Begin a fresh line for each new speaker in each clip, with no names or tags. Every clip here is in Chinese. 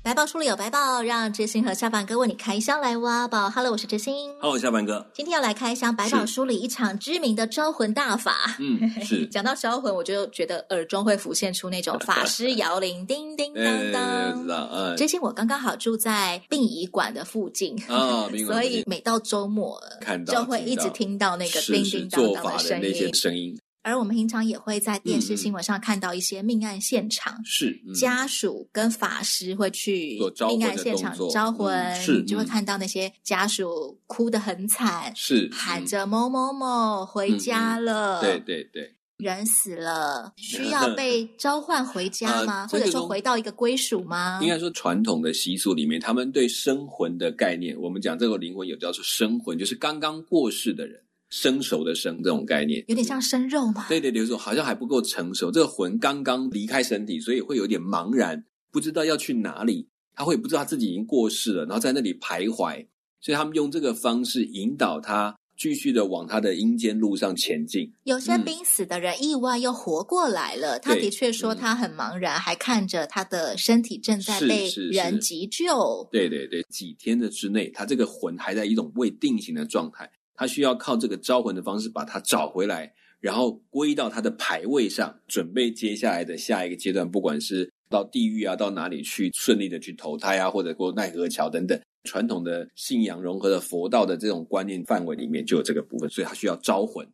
百宝书里有百宝，让知心和下半哥为你开箱来挖宝。Hello，我是知心。
Hello，下哦半哥。
今天要来开箱百宝书里一场知名的招魂大法。。
嗯，是
讲到招魂，我就觉得耳中会浮现出那种法师摇铃，叮叮
对对对
当
对，
当。
知道。嗯。
知心，我刚刚好住在殡仪馆的附近，
啊，宾
所
馆附
以
近
每到周末
看到
就会一直听到那个
是
叮
是
叮当
做
当
法
声
那
音
些。声音
而我们平常也会在电视
嗯嗯
新闻上看到一些命案现场，
是嗯
家属跟法师会去
做招魂
命
的
案现场
动作
招魂，
嗯是
你就会
嗯
看到那些家属哭得很惨，
是
喊
嗯
着某某某回家了，
对对对，
人死了， 需要被召唤回家吗？
呃
或
这
者
个
说
东
回到一个归属吗？
应该说传统的习俗里面，他们对生魂的概念，我们讲这个灵魂有叫做生魂，就是刚刚过世的人，生熟的生这种概念，
有点像生肉嘛。
对对，刘总好像还不够成熟，这个魂刚刚离开身体，所以会有点茫然，不知道要去哪里。他会不知道他自己已经过世了，然后在那里徘徊，所以他们用这个方式引导他继续的往他的阴间路上前进。
有些
嗯
濒死的人意外又活过来了，他
对
的确说
嗯
他很茫然，还看着他的身体正在
是
被
是
人
是
急救。
对对对，几天的之内，他这个魂还在一种未定型的状态，他需要靠这个招魂的方式把它找回来，然后归到他的牌位上，准备接下来的下一个阶段，不管是到地狱啊，到哪里去顺利的去投胎啊，或者过奈何桥等等。传统的信仰融合了佛道的这种观念范围里面，就有这个部分，所以他需要招魂。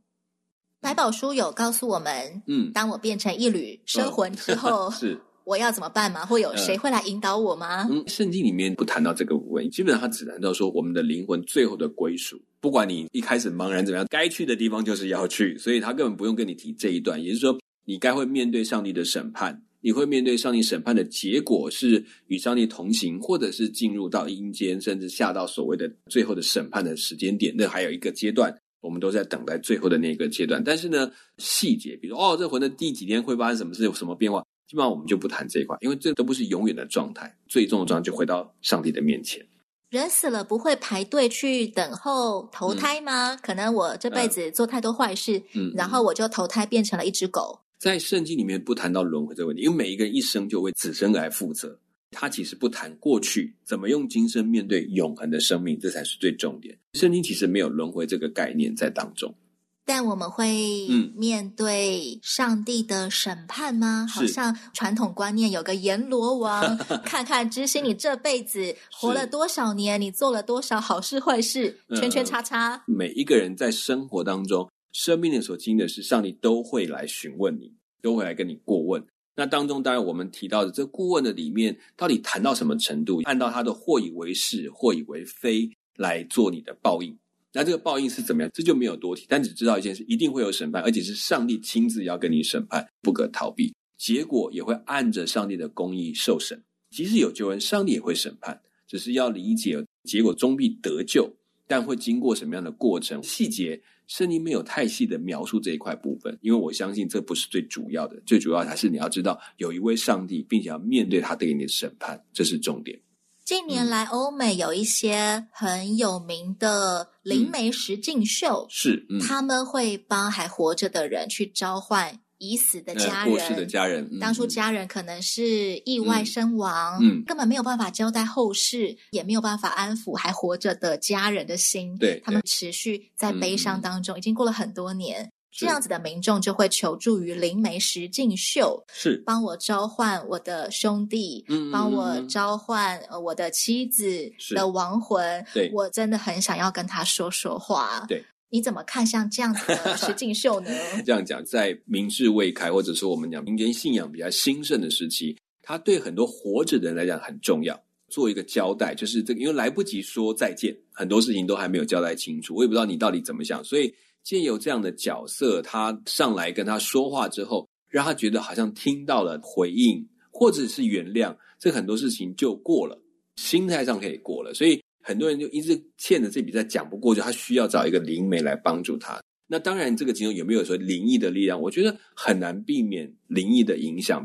百宝书有告诉我们，
嗯，，
当我变成一缕生魂之后
嗯 是
我要怎么办吗？会有
嗯
谁会来引导我吗？
嗯，圣经里面不谈到这个部分，基本上它只谈到说我们的灵魂最后的归属。不管你一开始茫然怎么样，该去的地方就是要去，所以他根本不用跟你提这一段。也就是说，你该会面对上帝的审判，你会面对上帝审判的结果是与上帝同行，或者是进入到阴间，甚至下到所谓的最后的审判的时间点。那还有一个阶段，我们都在等待最后的那个阶段。但是呢，细节，比如说哦，这魂的第几天会发生什么事，有什么变化，基本上我们就不谈这一块，因为这都不是永远的状态，最终的状态就回到上帝的面前。
人死了不会排队去等候投胎吗？可能我这辈子做太多坏事，
嗯，
然后我就投胎变成了一只狗。
在圣经里面不谈到轮回这个问题，因为每一个人一生就为此生来负责。他其实不谈过去，怎么用今生面对永恒的生命，这才是最重点。圣经其实没有轮回这个概念在当中。
但我们会
嗯
面对上帝的审判吗？
是
好像传统观念有个阎罗 王，看看知心你这辈子活了多少年，你做了多少好事坏事，
嗯
圈圈叉叉。
每一个人在生活当中，生命里所经历的事，上帝都会来询问你，都会来跟你过问。那当中，当然我们提到的这顾问的里面，到底谈到什么程度，按照他的或以为是，或以为非来做你的报应。那这个报应是怎么样，这就没有多提，但只知道一件事，一定会有审判，而且是上帝亲自要跟你审判，不可逃避。结果也会按着上帝的公义受审。即使有救恩，上帝也会审判，只是要理解结果终必得救，但会经过什么样的过程，细节圣经没有太细的描述这一块部分，因为我相信这不是最主要的，最主要还是你要知道有一位上帝，并且要面对他对你的审判，这是重点。
近
嗯
年来，欧美有一些很有名的灵媒实境秀，
是，嗯，
他们会帮还活着的人去召唤已死的家
呃、
人。
过世的家人，嗯
当初家人可能是意外身亡，
嗯嗯
根本没有办法交代后事，也没有办法安抚还活着的家人的心。
对嗯
他们持续在悲伤当中，已经过了很多年。这样
子
子的民众就会求助于灵媒石境秀，
是，
帮我召唤我的兄弟，
嗯嗯
帮我
嗯嗯
召唤呃我的妻子
是
的亡魂。
对
我真的很想要跟他说说话。
对，
你怎么看像这样子的 石境秀呢？
这样讲，在明治未开，或者说我们讲民间信仰比较兴盛的时期，它对很多活着的人来讲很重要。做一个交代，就是这个，因为来不及说再见，很多事情都还没有交代清楚，我也不知道你到底怎么想，所以借由这样的角色，他上来跟他说话之后，让他觉得好像听到了回应，或者是原谅，这很多事情就过了，心态上可以过了。所以很多人就一直欠着这笔债讲不过去，他需要找一个灵媒来帮助他。那当然，这个其中有没有说灵异的力量？我觉得很难避免灵异的影响。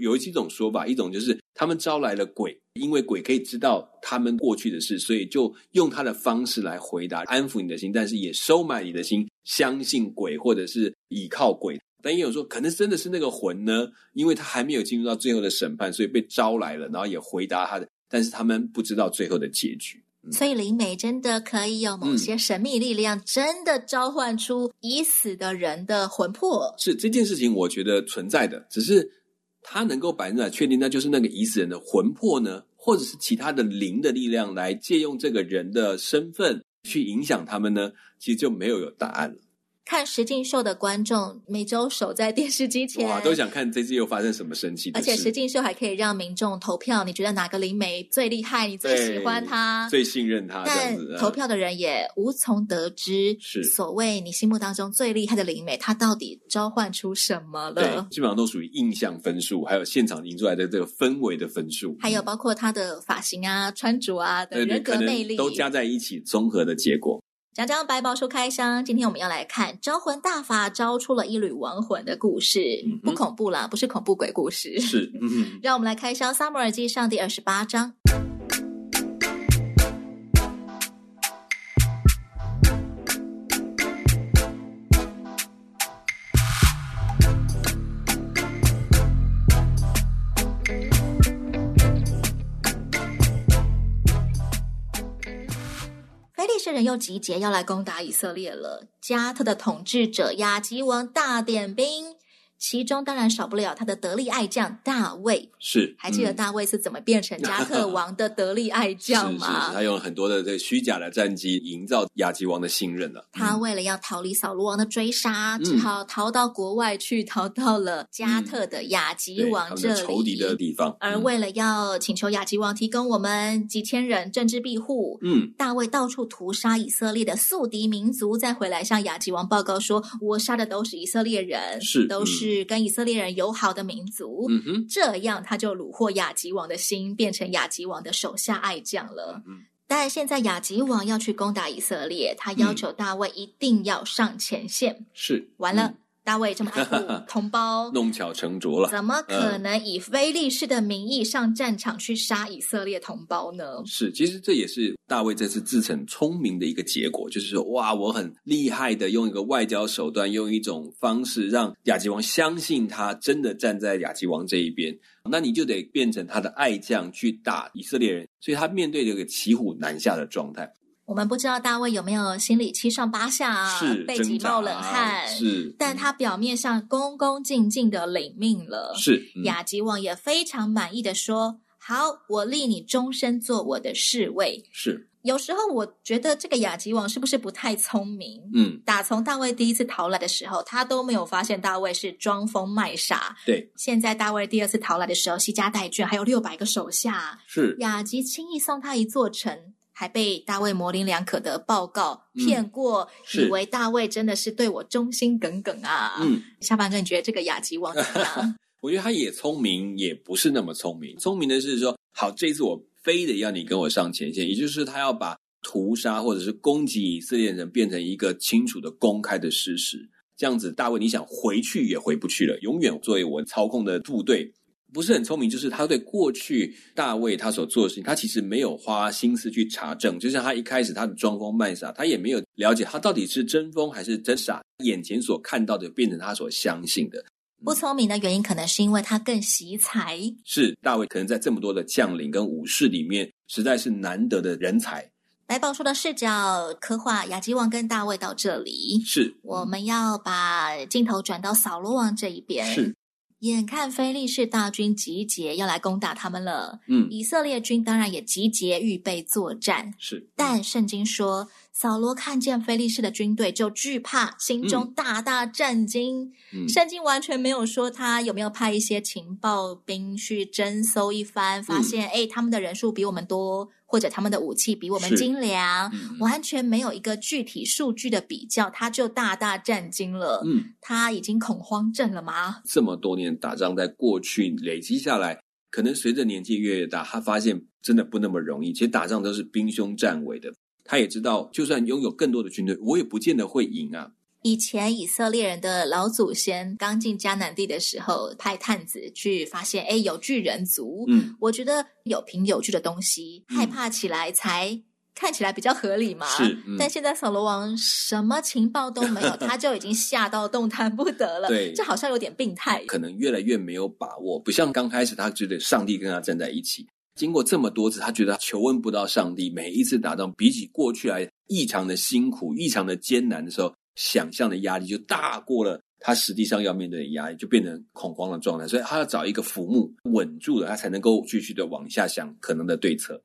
有几种说法，一种就是他们招来了鬼，因为鬼可以知道他们过去的事，所以就用他的方式来回答，安抚你的心，但是也收买你的心，相信鬼或者是倚靠鬼。但也有说，可能真的是那个魂呢，因为他还没有进入到最后的审判，所以被招来了，然后也回答他的，但是他们不知道最后的结局。
所以灵媒真的可以有
嗯
某些神秘力量，真的召唤出已死的人的魂魄。
是这件事情，我觉得存在的，只是他能够百分之百确定，那就是那个已死人的魂魄呢，或者是其他的灵的力量来借用这个人的身份去影响他们呢，其实就没有有答案了。
看实境秀的观众每周守在电视机前，
哇，都想看这次又发生什么神奇的
而
事，
且实境秀还可以让民众投票，你觉得哪个灵媒最厉害，你最喜欢他？
最信任他这样子。
啊但
啊
投票的人也无从得知，
是
所谓你心目当中最厉害的灵媒，他到底召唤出什么
对
了，？
基本上都属于印象分数，还有现场赢出来的这个氛围的分数，
还有包括他的发型啊、穿着啊的
对对
人格
可能
魅力，
都加在一起综合的结果。
讲讲百宝书开箱，今天我们要来看招魂大法招出了一缕亡魂的故事，
嗯哼
不恐怖啦，不是恐怖鬼故事。
是，嗯，
让我们来开箱《萨姆耳记上》第二十八章。非利士人又集结要来攻打以色列了。加特的统治者亚吉王大点兵，其中当然少不了他的得力爱将大卫。
是。
还记得
嗯
大卫是怎么变成加 特王的得力爱将
是是
吗？
是，他用了很多的这个虚假的战机，营造亚吉王的信任了。
他
嗯
为了要逃离扫罗王的追杀，
嗯
只好逃到国外去，逃到了加特的雅吉
嗯对
王
他们
这
的
里。
仇敌的地方，
而
嗯
为了要请求雅吉王提供我们几千人政治庇护，
嗯
大卫到处屠杀以色列的宿敌民族，再回来向雅吉王报告说：“我杀的都是以色列人，
是
都
嗯
是跟以色列人友好的民族。
嗯哼
这样他就虏获雅吉王的心，变成雅吉王的手下爱将了。
嗯
但现在雅吉王要去攻打以色列，他要
嗯
求大卫一定要上前线。
是
完了，
嗯
大卫这么爱 护同胞，
弄嗯巧成拙了，
怎么可能以非利士的名义上战场去杀以色列同胞呢？
是，其实这也是大卫这次自逞聪明的一个结果，就是说，哇，我很厉害的，用一个外交手段，用一种方式让雅吉王相信他真的站在雅吉王这一边，那你就得变成他的爱将去打以色列人，所以他面对这个骑虎难下的状态，
我们不知道大卫有没有心里七上八下啊，
是
背
挣
脊
扎
冒冷汗，
是，嗯
但他表面上恭恭敬敬的领命了。
是嗯
雅吉王也非常满意的说：“好，我立你终身做我的侍卫。”
是，
有时候我觉得这个雅吉王是不是不太聪明？
嗯，
打从大卫第一次逃来的时候，他都没有发现大卫是装疯卖傻。
对，
现在大卫第二次逃来的时候，惜家带眷，还有六百个手下，
是，
雅吉轻易送他一座城，还被大卫模棱两可的报告
嗯
骗过，
是
以为大卫真的是对我忠心耿耿啊。
嗯。
下半哥，你觉得这个雅吉王怎么样？
我觉得他也聪明，也不是那么聪明。聪明的是说，好，这次我非得要你跟我上前线，也就是他要把屠杀或者是攻击以色列人变成一个清楚的、公开的事实。这样子，大卫你想回去也回不去了，永远作为我操控的部队。不是很聪明，就是他对过去大卫他所做的事情，他其实没有花心思去查证。就像他一开始他的装疯卖傻，他也没有了解他到底是真疯还是真傻。眼前所看到的变成他所相信的，
不聪明的原因可能是因为他更惜才，
是大卫可能在这么多的将领跟武士里面，实在是难得的人才。
来宝说的视角刻画雅基王跟大卫到这里，
是，
我们要把镜头转到扫罗王这一边。
是，
眼看非利士大军集结要来攻打他们了，
嗯，
以色列军当然也集结预备作战。
是，
但圣经说，扫罗看见非利士的军队就惧怕，心中大大震惊。
嗯，
圣经完全没有说他有没有派一些情报兵去征搜一番，
嗯
发现诶他们的人数比我们多，或者他们的武器比我们
是
精良，
嗯
完全没有一个具体数据的比较，他就大大震惊了。
嗯，
他已经恐慌症了吗？
这么多年打仗，在过去累积下来，可能随着年纪越来越大，他发现真的不那么容易。其实打仗都是兵凶战危的，他也知道，就算拥有更多的军队，我也不见得会赢啊。
以前以色列人的老祖先刚进迦南地的时候，派探子去发现，哎，有巨人族。
嗯，
我觉得有凭有据的东西，
嗯
害怕起来才看起来比较合理嘛。
是嗯
啊但现在扫罗王什么情报都没有，他就已经吓到动弹不得了。
对
这好像有点病态。
可能越来越没有把握，不像刚开始他觉得上帝跟他站在一起。经过这么多次，他觉得求问不到上帝，每一次打仗比起过去来异常的辛苦、异常的艰难的时候，想象的压力就大过了他实际上要面对的压力，就变成恐慌的状态。所以他要找一个浮木稳住了，他才能够继续的往下想可能的对策。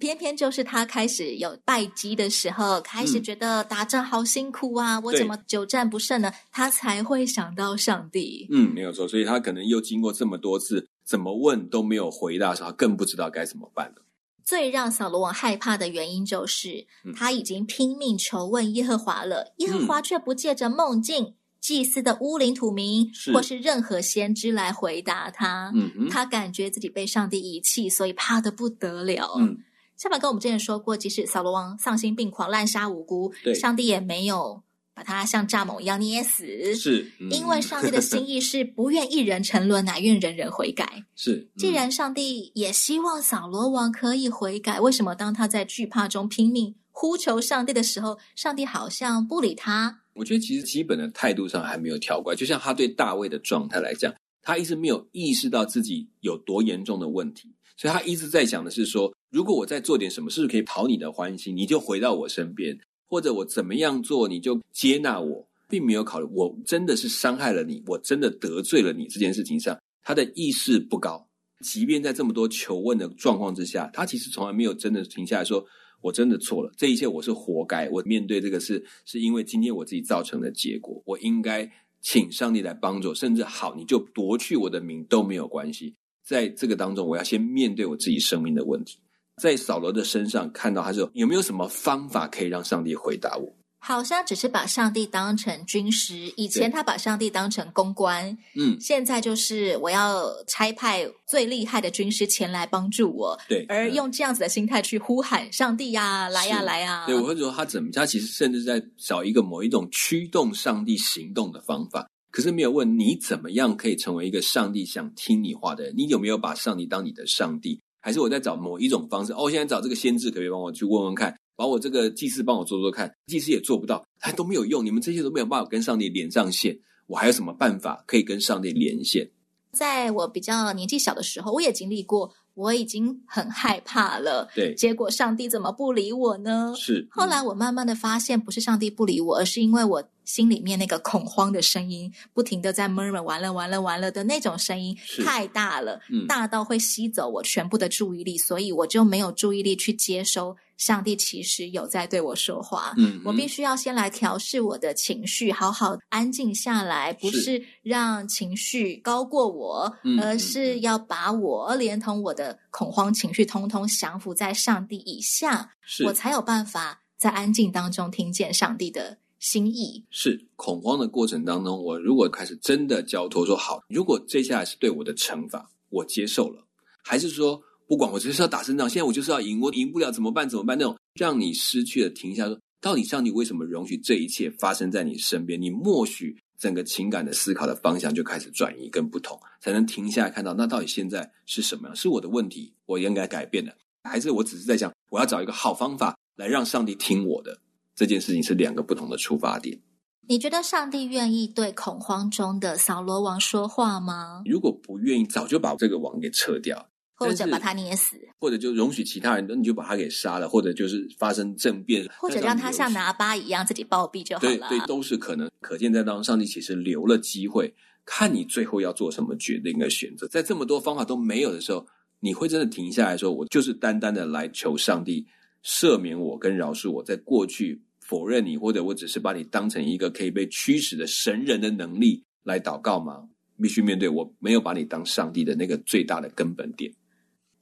偏偏就是他开始有败绩的时候，开始
嗯
觉得打仗好辛苦啊，我
对
怎么久战不胜呢？他才会想到上帝。
嗯，没有错。所以他可能又经过这么多次怎么问都没有回答的时候，他更不知道该怎么办了。
最让扫罗王害怕的原因就是
嗯，
他已经拼命求问耶和华了，耶和华却不借着梦境、祭司的乌灵土名
是
或是任何先知来回答他。
嗯哼，
他感觉自己被上帝遗弃，所以怕得不得了。
嗯，
夏凡跟我们之前说过，即使扫罗王丧心病狂滥杀无辜
对，
上帝也没有把他像蚱蜢一样捏死，
是，嗯
因为上帝的心意是不愿一人沉沦，乃愿人人悔改。
是，嗯
既然上帝也希望扫罗王可以悔改，为什么当他在惧怕中拼命呼求上帝的时候，上帝好像不理他？
我觉得其实基本的态度上还没有调过来，就像他对大卫的状态来讲，他一直没有意识到自己有多严重的问题，所以他一直在想的是说，如果我再做点什么，是不是可以讨你的欢心，你就回到我身边，或者我怎么样做，你就接纳我，并没有考虑我真的是伤害了你，我真的得罪了你这件事情上，他的意识不高。即便在这么多求问的状况之下，他其实从来没有真的停下来说：“我真的错了，这一切我是活该，我面对这个是是因为今天我自己造成的结果，我应该请上帝来帮助，甚至好你就夺去我的名都没有关系。在这个当中，我要先面对我自己生命的问题。”在扫罗的身上看到他说有没有什么方法可以让上帝回答我？
好像只是把上帝当成军师，以
对
前他把上帝当成公关，
嗯，
现在就是我要差派最厉害的军师前来帮助我，
对，
而
嗯
用这样子的心态去呼喊上帝呀、来呀、
是
来呀、
对，我会说他怎么，他其实甚至在找一个某一种驱动上帝行动的方法，可是没有问你怎么样可以成为一个上帝想听你话的人，你有没有把上帝当你的上帝？还是我在找某一种方式？哦，我现在找这个先知，可不可以帮我去问问看？把我这个祭司帮我做做看，祭司也做不到，他都没有用，你们这些都没有办法跟上帝连上线，我还有什么办法可以跟上帝连线？
在我比较年纪小的时候，我也经历过，我已经很害怕了，
对，
结果上帝怎么不理我呢？
是。
后来我慢慢的发现，不是上帝不理我，而是因为我心里面那个恐慌的声音，不停的在 murmur 完了完了完了的那种声音
是
太大了，
嗯
大到会吸走我全部的注意力，所以我就没有注意力去接收上帝其实有在对我说话。
嗯，嗯
我必须要先来调试我的情绪，好好安静下来，不
是
是让情绪高过我，
嗯
而
嗯
是
嗯
要把我连同我的恐慌情绪，通通降服在上帝以下。
是
我才有办法在安静当中听见上帝的心意。
是恐慌的过程当中，我如果开始真的交托说好，如果接下来是对我的惩罚，我接受了，还是说不管我就是要打胜仗，现在我就是要赢，我赢不了怎么办？怎么办？那种让你失去了停下说，到底上帝为什么容许这一切发生在你身边？你默许整个情感的思考的方向就开始转移跟不同，才能停下来看到那到底现在是什么样？是我的问题，我应该改变的，还是我只是在想我要找一个好方法来让上帝听我的？这件事情是两个不同的出发点。
你觉得上帝愿意对恐慌中的扫罗王说话吗？
如果不愿意，早就把这个网给撤掉，
或
但
者
是
把他捏死，
或者就容许其他人，那你就把他给杀了，或者就是发生政变，
或者让他像
拿
拿巴一样自己暴毙就好
对
了。
对都是可能。可见在当中，上帝其实留了机会，看你最后要做什么决定跟选择。在这么多方法都没有的时候，你会真的停下来说，我就是单单的来求上帝赦免我跟饶恕我，在过去否认你，或者我只是把你当成一个可以被驱使的神人的能力来祷告吗？必须面对我没有把你当上帝的那个最大的根本点。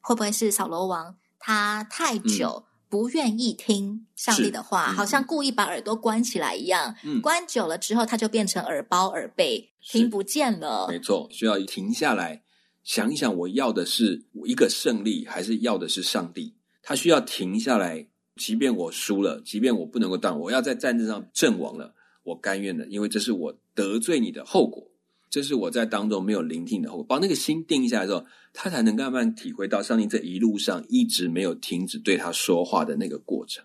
会不会是扫罗王他太久不愿意听上帝的话，
嗯是嗯
好像故意把耳朵关起来一样？
嗯
关久了之后，他就变成耳包耳背，
是
听不见了
没。错，需要停下来想一想，我要的是我一个胜利，还是要的是上帝？他需要停下来，即便我输了，即便我不能够当，我要在战争上阵亡了，我甘愿的，因为这是我得罪你的后果，这是我在当中没有聆听的后果。把那个心定下来之后，他才能慢慢体会到上帝这一路上一直没有停止对他说话的那个过程。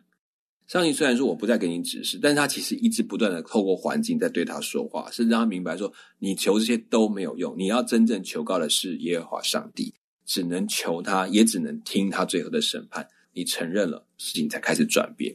上帝虽然说我不再给你指示，但是他其实一直不断的透过环境在对他说话，是让他明白说，你求这些都没有用，你要真正求告的是耶和华上帝，只能求他，也只能听他最后的审判。你承认了，事情才开始转变。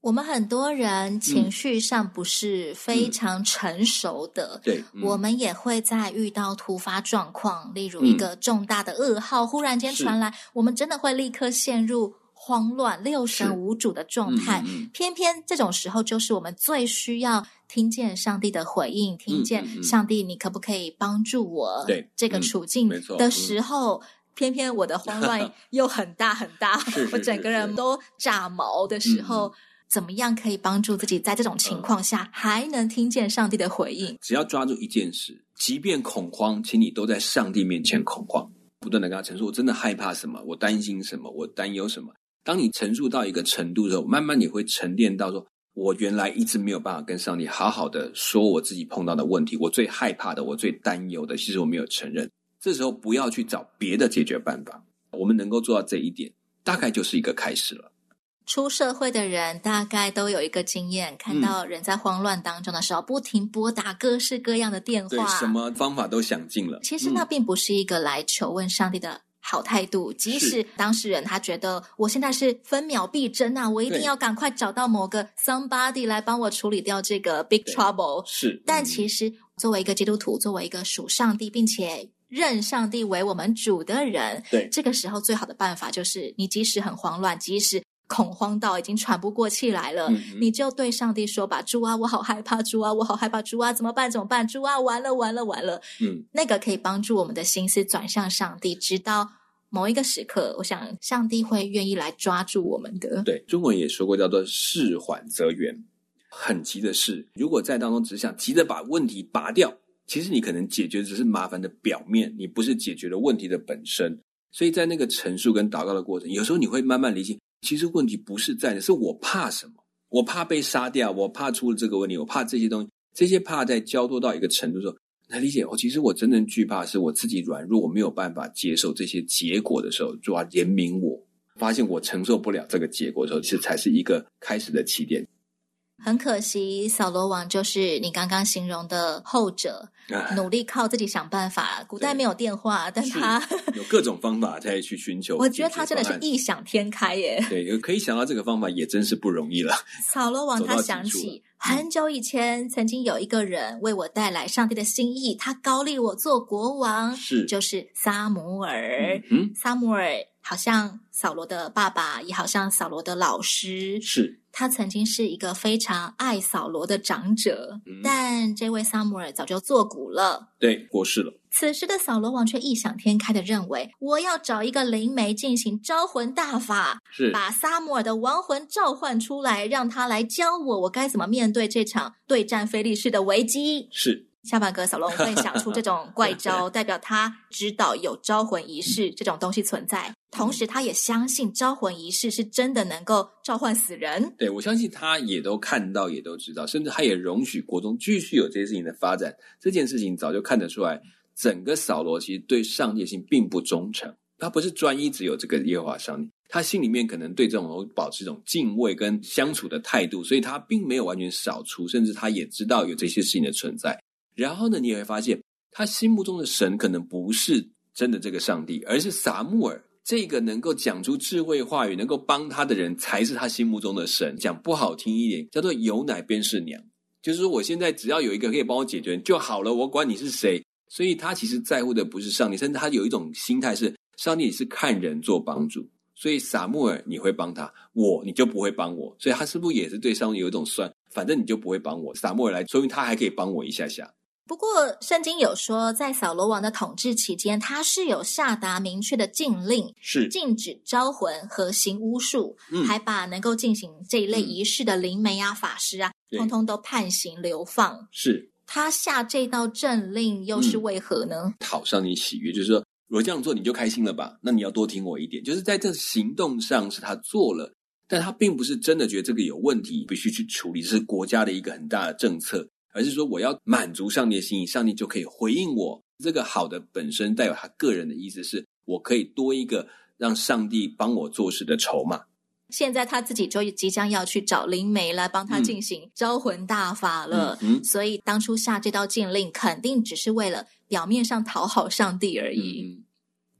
我们很多
嗯
人情绪上不是非常成熟的，
对，嗯嗯
我们也会在遇到突发状况，例如一个重大的噩耗、忽然间传来，我们真的会立刻陷入慌乱、六神无主的状态。
嗯嗯
偏偏这种时候，就是我们最需要听见上帝的回应，听
嗯嗯
见上帝，你可不可以帮助我？
对
这个
嗯
处境
没错
的
嗯
时候。偏偏我的慌 乱又很大很大，
是 是
我整
是
个
是
人都炸毛的时候，
嗯
怎么样可以帮助自己在这种情况下、还能听见上帝的回应？
只要抓住一件事，即便恐慌，请你都在上帝面前恐慌，不断的跟他陈述，我真的害怕什么，我担心什么，我担忧什么。当你陈述到一个程度的时候，慢慢你会沉淀到说，我原来一直没有办法跟上帝好好的说我自己碰到的问题，我最害怕的，我最担忧的，其实我没有承认。这时候不要去找别的解决办法，我们能够做到这一点，大概就是一个开始了。
出社会的人大概都有一个经验，
嗯
看到人在慌乱当中的时候，不停拨打各式各样的电
对
话，，
什么方法都想尽了。
其实那
嗯
并不是一个来求问上帝的好态度，即使当事人他觉得我现在是分秒必争啊，我一定
对
要赶快找到某个 somebody 来帮我处理掉这个 big
对
trouble。
是，
但
嗯
其实作为一个基督徒，作为一个属上帝并且认上帝为我们主的人，
对
这个时候最好的办法就是，你即使很慌乱，即使恐慌到已经喘不过气来了，
嗯嗯
你就对上帝说吧：“主啊，我好害怕！主啊，我好害怕！主啊，怎么办？怎么办？主啊，完了，完了，完了！”
嗯，
那个可以帮助我们的心思转向上帝，直到某一个时刻，我想上帝会愿意来抓住我们的。
对，中文也说过叫做“事缓则圆”。很急的事，如果在当中只想急着把问题拔掉，其实你可能解决只是麻烦的表面，你不是解决了问题的本身。所以在那个陈述跟祷告的过程，有时候你会慢慢理清，其实问题不是在的，是我怕什么？我怕被杀掉，我怕出了这个问题，我怕这些东西，这些怕在交托到一个程度的时候，来理解哦，其实我真正惧怕是我自己软弱，我没有办法接受这些结果的时候，主啊怜悯我，发现我承受不了这个结果的时候，其实才是一个开始的起点。
很可惜，扫罗王就是你刚刚形容的后者，
啊，
努力靠自己想办法。古代
对
没有电话，但
是
他，
有各种方法再去寻求。
我觉得他真的是。异想天开耶。
对，有可以想到这个方法也真是不容易了。
扫罗王
走到
他
极
想
处
起很久以前，曾经有一个人为我带来上帝的心意，他高立我做国王，
是
就是撒母耳。
嗯，
撒母耳好像扫罗的爸爸，也好像扫罗的老师，
是
他曾经是一个非常爱扫罗的长者，
嗯
但这位撒母耳早就作古了。
对，过世了。
此时的扫罗王却异想天开的认为，我要找一个灵媒进行招魂大法，
是
把撒母耳的亡魂召唤出来，让他来教我我该怎么面对这场对战菲利士的危机。
是，
下半个扫罗王会想出这种怪招，代表他知道有招魂仪式这种东西存在，同时他也相信招魂仪式是真的能够召唤死人。
对我相信他也都看到，也都知道，甚至他也容许国中继续有这些事情的发展。这件事情早就看得出来，整个扫罗其实对上帝的心并不忠诚，他不是专一只有这个耶和华上帝，他心里面可能对这种东西保持一种敬畏跟相处的态度，所以他并没有完全扫除，甚至他也知道有这些事情的存在。然后呢，你也会发现，他心目中的神可能不是真的这个上帝，而是撒母耳这个能够讲出智慧话语、能够帮他的人，才是他心目中的神。讲不好听一点，叫做有奶便是娘，就是说我现在只要有一个可以帮我解决就好了，我管你是谁。所以他其实在乎的不是上帝，甚至他有一种心态是，上帝是看人做帮助。所以撒母耳你会帮他，我你就不会帮我，所以他是不是也是对上帝有一种酸？反正你就不会帮我，撒母耳来，说明他还可以帮我一下下。
不过，圣经有说，在扫罗王的统治期间，他是有下达明确的禁令，
是
禁止招魂和行巫术，
嗯
还把能够进行这一类
嗯
仪式的灵媒啊、法师啊，
对
通通都判刑流放。
是
他下这道政令又
嗯
是为何呢？
讨上你喜悦，就是说我这样做你就开心了吧？那你要多听我一点，就是在这行动上是他做了，但他并不是真的觉得这个有问题，必须去处理，这是国家的一个很大的政策，而是说我要满足上帝的心意，上帝就可以回应我。这个好的本身带有他个人的意思是，我可以多一个让上帝帮我做事的筹码。
现在他自己就即将要去找灵媒来帮他进行招魂大法了，
嗯嗯嗯
所以当初下这道禁令，肯定只是为了表面上讨好上帝而已。
嗯，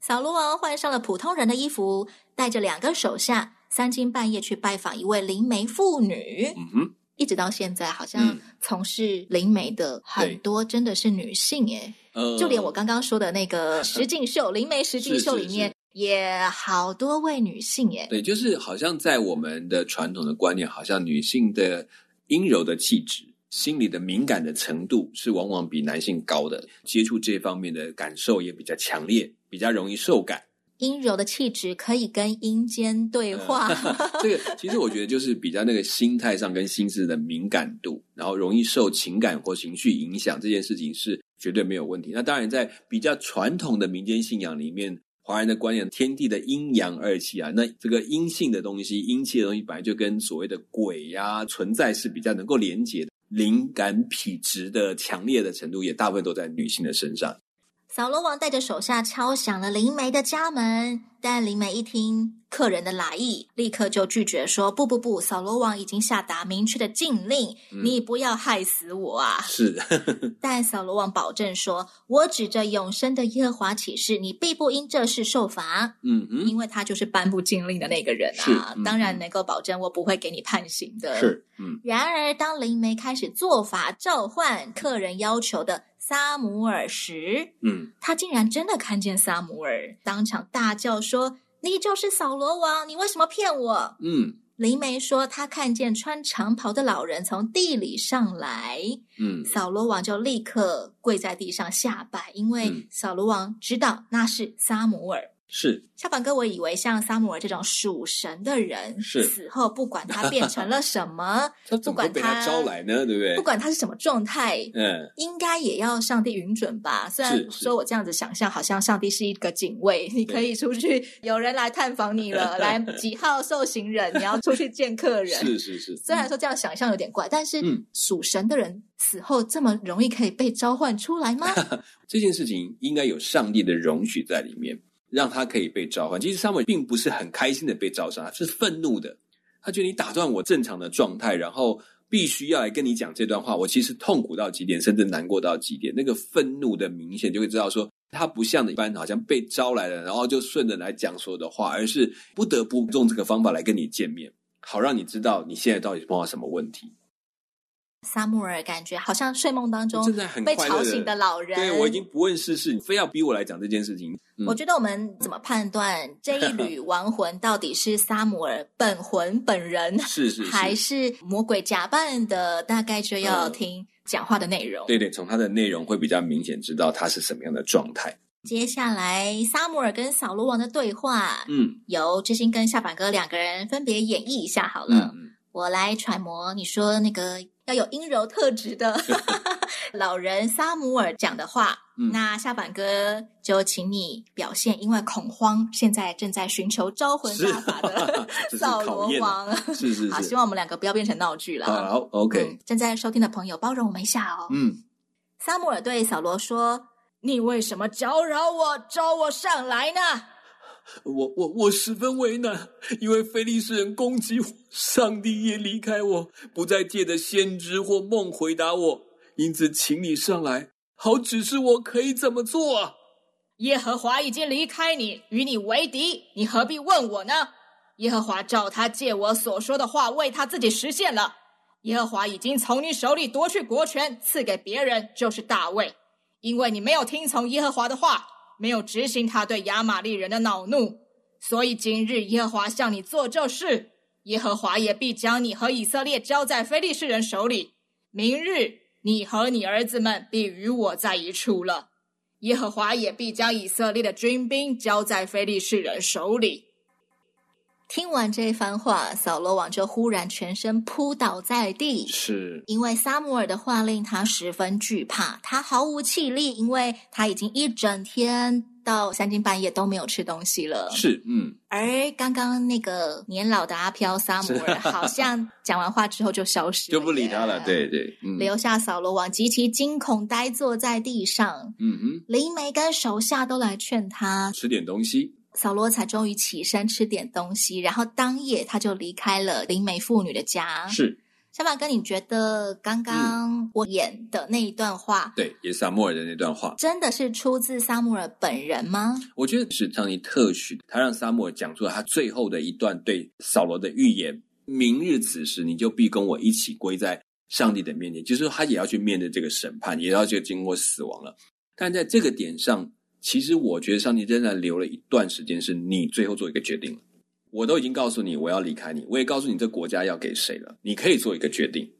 扫罗王换上了普通人的衣服，带着两个手下，三更半夜去拜访一位灵媒妇女。
嗯哼，
一直到现在，好像
嗯
从事灵媒的很多真的是女性耶，
呃，
就连我刚刚说的那个石敬秀灵媒石敬秀
嗯是是
里面也好多位女性耶。
对，就是好像在我们的传统的观念，好像女性的阴柔的气质、心理的敏感的程度是往往比男性高的，接触这方面的感受也比较强烈，比较容易受感。
阴柔的气质可以跟阴间对
嗯
话，
这个其实我觉得就是比较那个心态上跟心智的敏感度，然后容易受情感或情绪影响，这件事情是绝对没有问题。那当然，在比较传统的民间信仰里面，华人的观念，天地的阴阳二气啊，那这个阴性的东西、阴气的东西，本来就跟所谓的鬼呀、存在是比较能够连结的。灵感体质的强烈的程度，也大部分都在女性的身上。
扫罗王带着手下敲响了灵媒的家门，但灵媒一听客人的来意，立刻就拒绝说：“不不不，扫罗王已经下达明确的禁令，
嗯
你不要害死我啊
是，！”
但扫罗王保证说：“我指着永生的耶和华起誓，你必不因这事受罚，
嗯嗯，
因为他就是颁布禁令的那个人
是
啊，
嗯
当然
嗯
能够保证我不会给你判刑的。”
是，嗯
然而，当灵媒开始做法召唤客人要求的撒姆尔时，
嗯，
他竟然真的看见撒姆尔，当场大叫说：“你就是扫罗王，你为什么骗我
嗯？”
灵媒说他看见穿长袍的老人从地里上来，
嗯，
扫罗王就立刻跪在地上下拜，因为
嗯
扫罗王知道那是撒姆尔。
是，
小板哥，我以为像撒姆尔这种属神的人，
是
死后不管他变成了什么，
他怎么会被他招来呢？对不 对？
不管他是什么状态，
嗯，
应该也要上帝允准吧？虽然
是是
说我这样子想象，好像上帝是一个警卫，你可以出去，有人来探访你 了，来几号受刑人，你要出去见客人。
是是是。
虽然说这样想象有点怪，但是
嗯
属神的人死后这么容易可以被召唤出来吗？
这件事情应该有上帝的容许在里面，让他可以被召唤。其实撒母耳并不是很开心的被召唤，他是愤怒的。他觉得你打断我正常的状态，然后必须要来跟你讲这段话，我其实痛苦到极点，甚至难过到极点。那个愤怒的明显就会知道说，他不像一般好像被招来了，然后就顺着来讲所有的话，而是不得不用这个方法来跟你见面，好让你知道你现在到底碰到什么问题。
萨穆尔感觉好像睡梦当中
正在很
被
快乐
吵
地
醒的老人，
对我已经不问世事，你非要逼我来讲这件事情。嗯
我觉得我们怎么判 断这一缕亡魂到底是萨姆尔本魂本人，
是是是
还是魔鬼假扮的？大概就要听讲话的内容。
嗯对对，从它的内容会比较明显知道它是什么样的状态。
接下来，萨姆尔跟扫罗王的对话，
嗯
由知心跟下板哥两个人分别演绎一下好了。
嗯嗯，
我来揣摩你说那个要有阴柔特质 的老人萨姆尔讲的话。
嗯
那下板哥就请你表现，因为恐慌，现在正在寻求招魂
是
大法的
这是
扫
考
罗
验啊
王。
是是
好，
是
希，望我们两个不要变成闹剧了。
好，OK，
嗯正在收听的朋友，包容我们一下哦。
嗯
萨姆尔对扫罗说：“你为什么搅扰我，招我上来呢？”
我我我十分为难，因为非利士人攻击我，上帝也离开我，不再借着先知或梦回答我，因此请你上来，好指示我可以怎么做啊？
耶和华已经离开你，与你为敌，你何必问我呢？耶和华照他借我所说的话为他自己实现了。耶和华已经从你手里夺去国权，赐给别人，就是大卫。因为你没有听从耶和华的话，没有执行他对亚玛利人的恼怒，所以今日耶和华向你做这事，耶和华也必将你和以色列交在非利士人手里。明日你和你儿子们必与我在一处了。耶和华也必将以色列的军兵交在非利士人手里。听完这番话，扫罗王就忽然全身扑倒在地，
是
因为撒母耳的话令他十分惧怕，他毫无气力，因为他已经一整天到三更半夜都没有吃东西了。
是，嗯，
而刚刚那个年老的阿飘撒姆尔，好像讲完话之后就消失，
就不理他了。，对对，嗯
留下扫罗王极其惊恐，呆坐在地上。
嗯哼，
灵媒跟手下都来劝他，
吃点东西，
扫罗才终于起身吃点东西，然后当夜他就离开了灵媒妇女的家。
是
小马哥，你觉得刚刚我演的那一段话，
对，也是萨摩尔的那段话。
真的是出自撒姆尔本人吗？
我觉得是上帝特许他让萨摩尔讲出了他最后的一段对扫罗的预言：明日此时，你就必跟我一起归在上帝的面前。就是说他也要去面对这个审判，也要去经过死亡了。但在这个点上，其实我觉得上帝仍然留了一段时间，是你最后做一个决定了。我都已经告诉你我要离开你，我也告诉你这国家要给谁了，你可以做一个决定。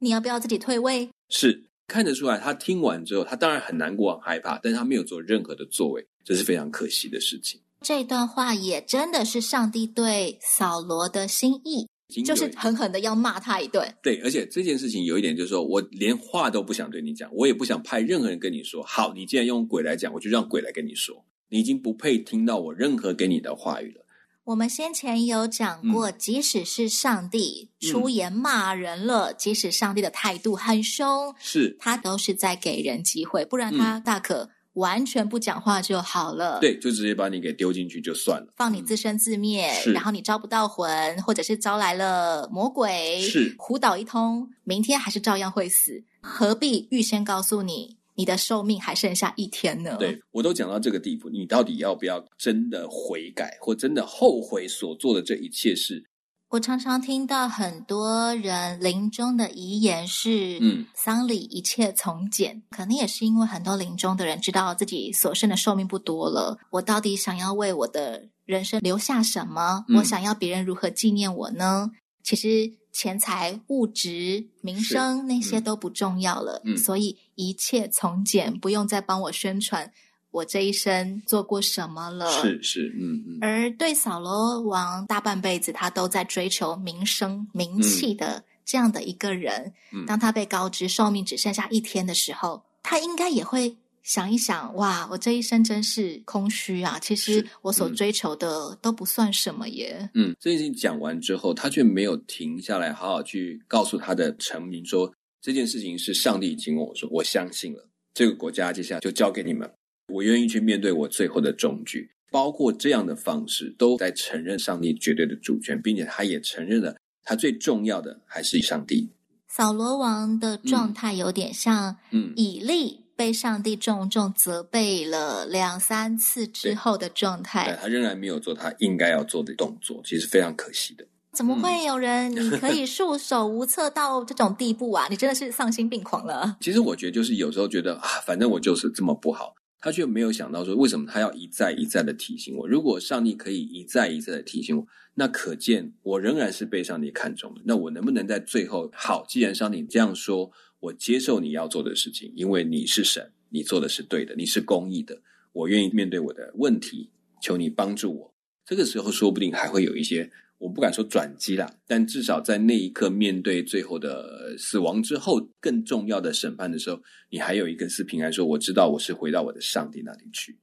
你要不要自己退位？
是看得出来，他听完之后，他当然很难过、很害怕，但是他没有做任何的作为，这是非常可惜的事情。
这段话也真的是上帝对扫罗的心意，
已经
就
有
是狠狠的要骂他一顿。
对，而且这件事情有一点就是说，我连话都不想对你讲，我也不想派任何人跟你说。好，你既然用鬼来讲，我就让鬼来跟你说。你已经不配听到我任何给你的话语了。
我们先前有讲过，即使是上帝出言骂人了，即使上帝的态度很凶，
是
他都是在给人机会，不然他大可完全不讲话就好了。。
对，就直接把你给丢进去就算了。
放你自生自灭，
是
然后你招不到魂，或者是招来了魔鬼，
是
胡捣一通，明天还是照样会死，何必预先告诉你你的寿命还剩下一天呢？
对我都讲到这个地步，你到底要不要真的悔改，或真的后悔所做的这一切事？
我常常听到很多人临终的遗言是：
嗯，
丧礼一切从简。可能也是因为很多临终的人知道自己所剩的寿命不多了，我到底想要为我的人生留下什么？
嗯
我想要别人如何纪念我呢？其实钱财、物质、名声那些都不重要了，
嗯
所以一切从简，不用再帮我宣传我这一生做过什么了。
是是，嗯嗯，
而对扫罗王大半辈子，他都在追求名声、名气的这样的一个人。
嗯
当他被告知寿命只剩下一天的时候，他应该也会想一想：哇，我这一生真是空虚啊！其实
是
我所
嗯
追求的都不算什么耶。
嗯，这件事情讲完之后，他却没有停下来，好好去告诉他的臣民说，这件事情是上帝已经跟我说，我相信了，这个国家接下来就交给你们，我愿意去面对我最后的终局。包括这样的方式，都在承认上帝绝对的主权，并且他也承认了他最重要的还是上帝。
扫罗王的状态有点像
嗯，
以利被上帝重重责备了两三次之
对
后的状态
但。他仍然没有做他应该要做的动作，其实非常可惜的。
怎么会有人你可 以束手无策到这种地步啊？你真的是丧心病狂了。
其实我觉得，就是有时候觉得啊，反正我就是这么不好，他却没有想到说，为什么他要一再一再的提醒我？如果上帝可以一再一再的提醒我，那可见我仍然是被上帝看重的。那我能不能在最后，好，既然上帝这样说，我接受你要做的事情，因为你是神，你做的是对的，你是公义的，我愿意面对我的问题，求你帮助我。这个时候，说不定还会有一些。我不敢说转机啦，但至少在那一刻面对最后的呃死亡之后更重要的审判的时候，你还有一个是平安说，我知道我是回到我的上帝那里去。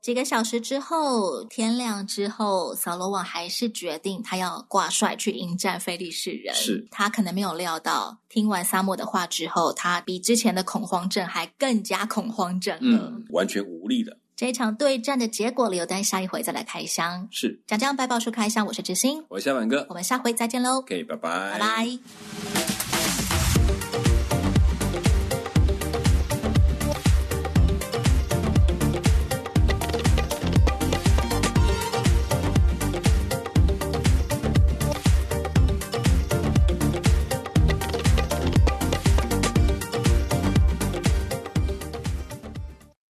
几个小时之后，天亮之后，扫罗王还是决定他要挂帅去迎战非利士人。
是
他可能没有料到，听完萨默的话之后，他比之前的恐慌症还更加恐慌症了。
嗯，完全无力的，
这一场对战的结果留待下一回再来开箱。
是
讲讲百宝书开箱，我是知心，
我是夏板哥
我们下回再见喽，
哦，OK，拜
拜拜。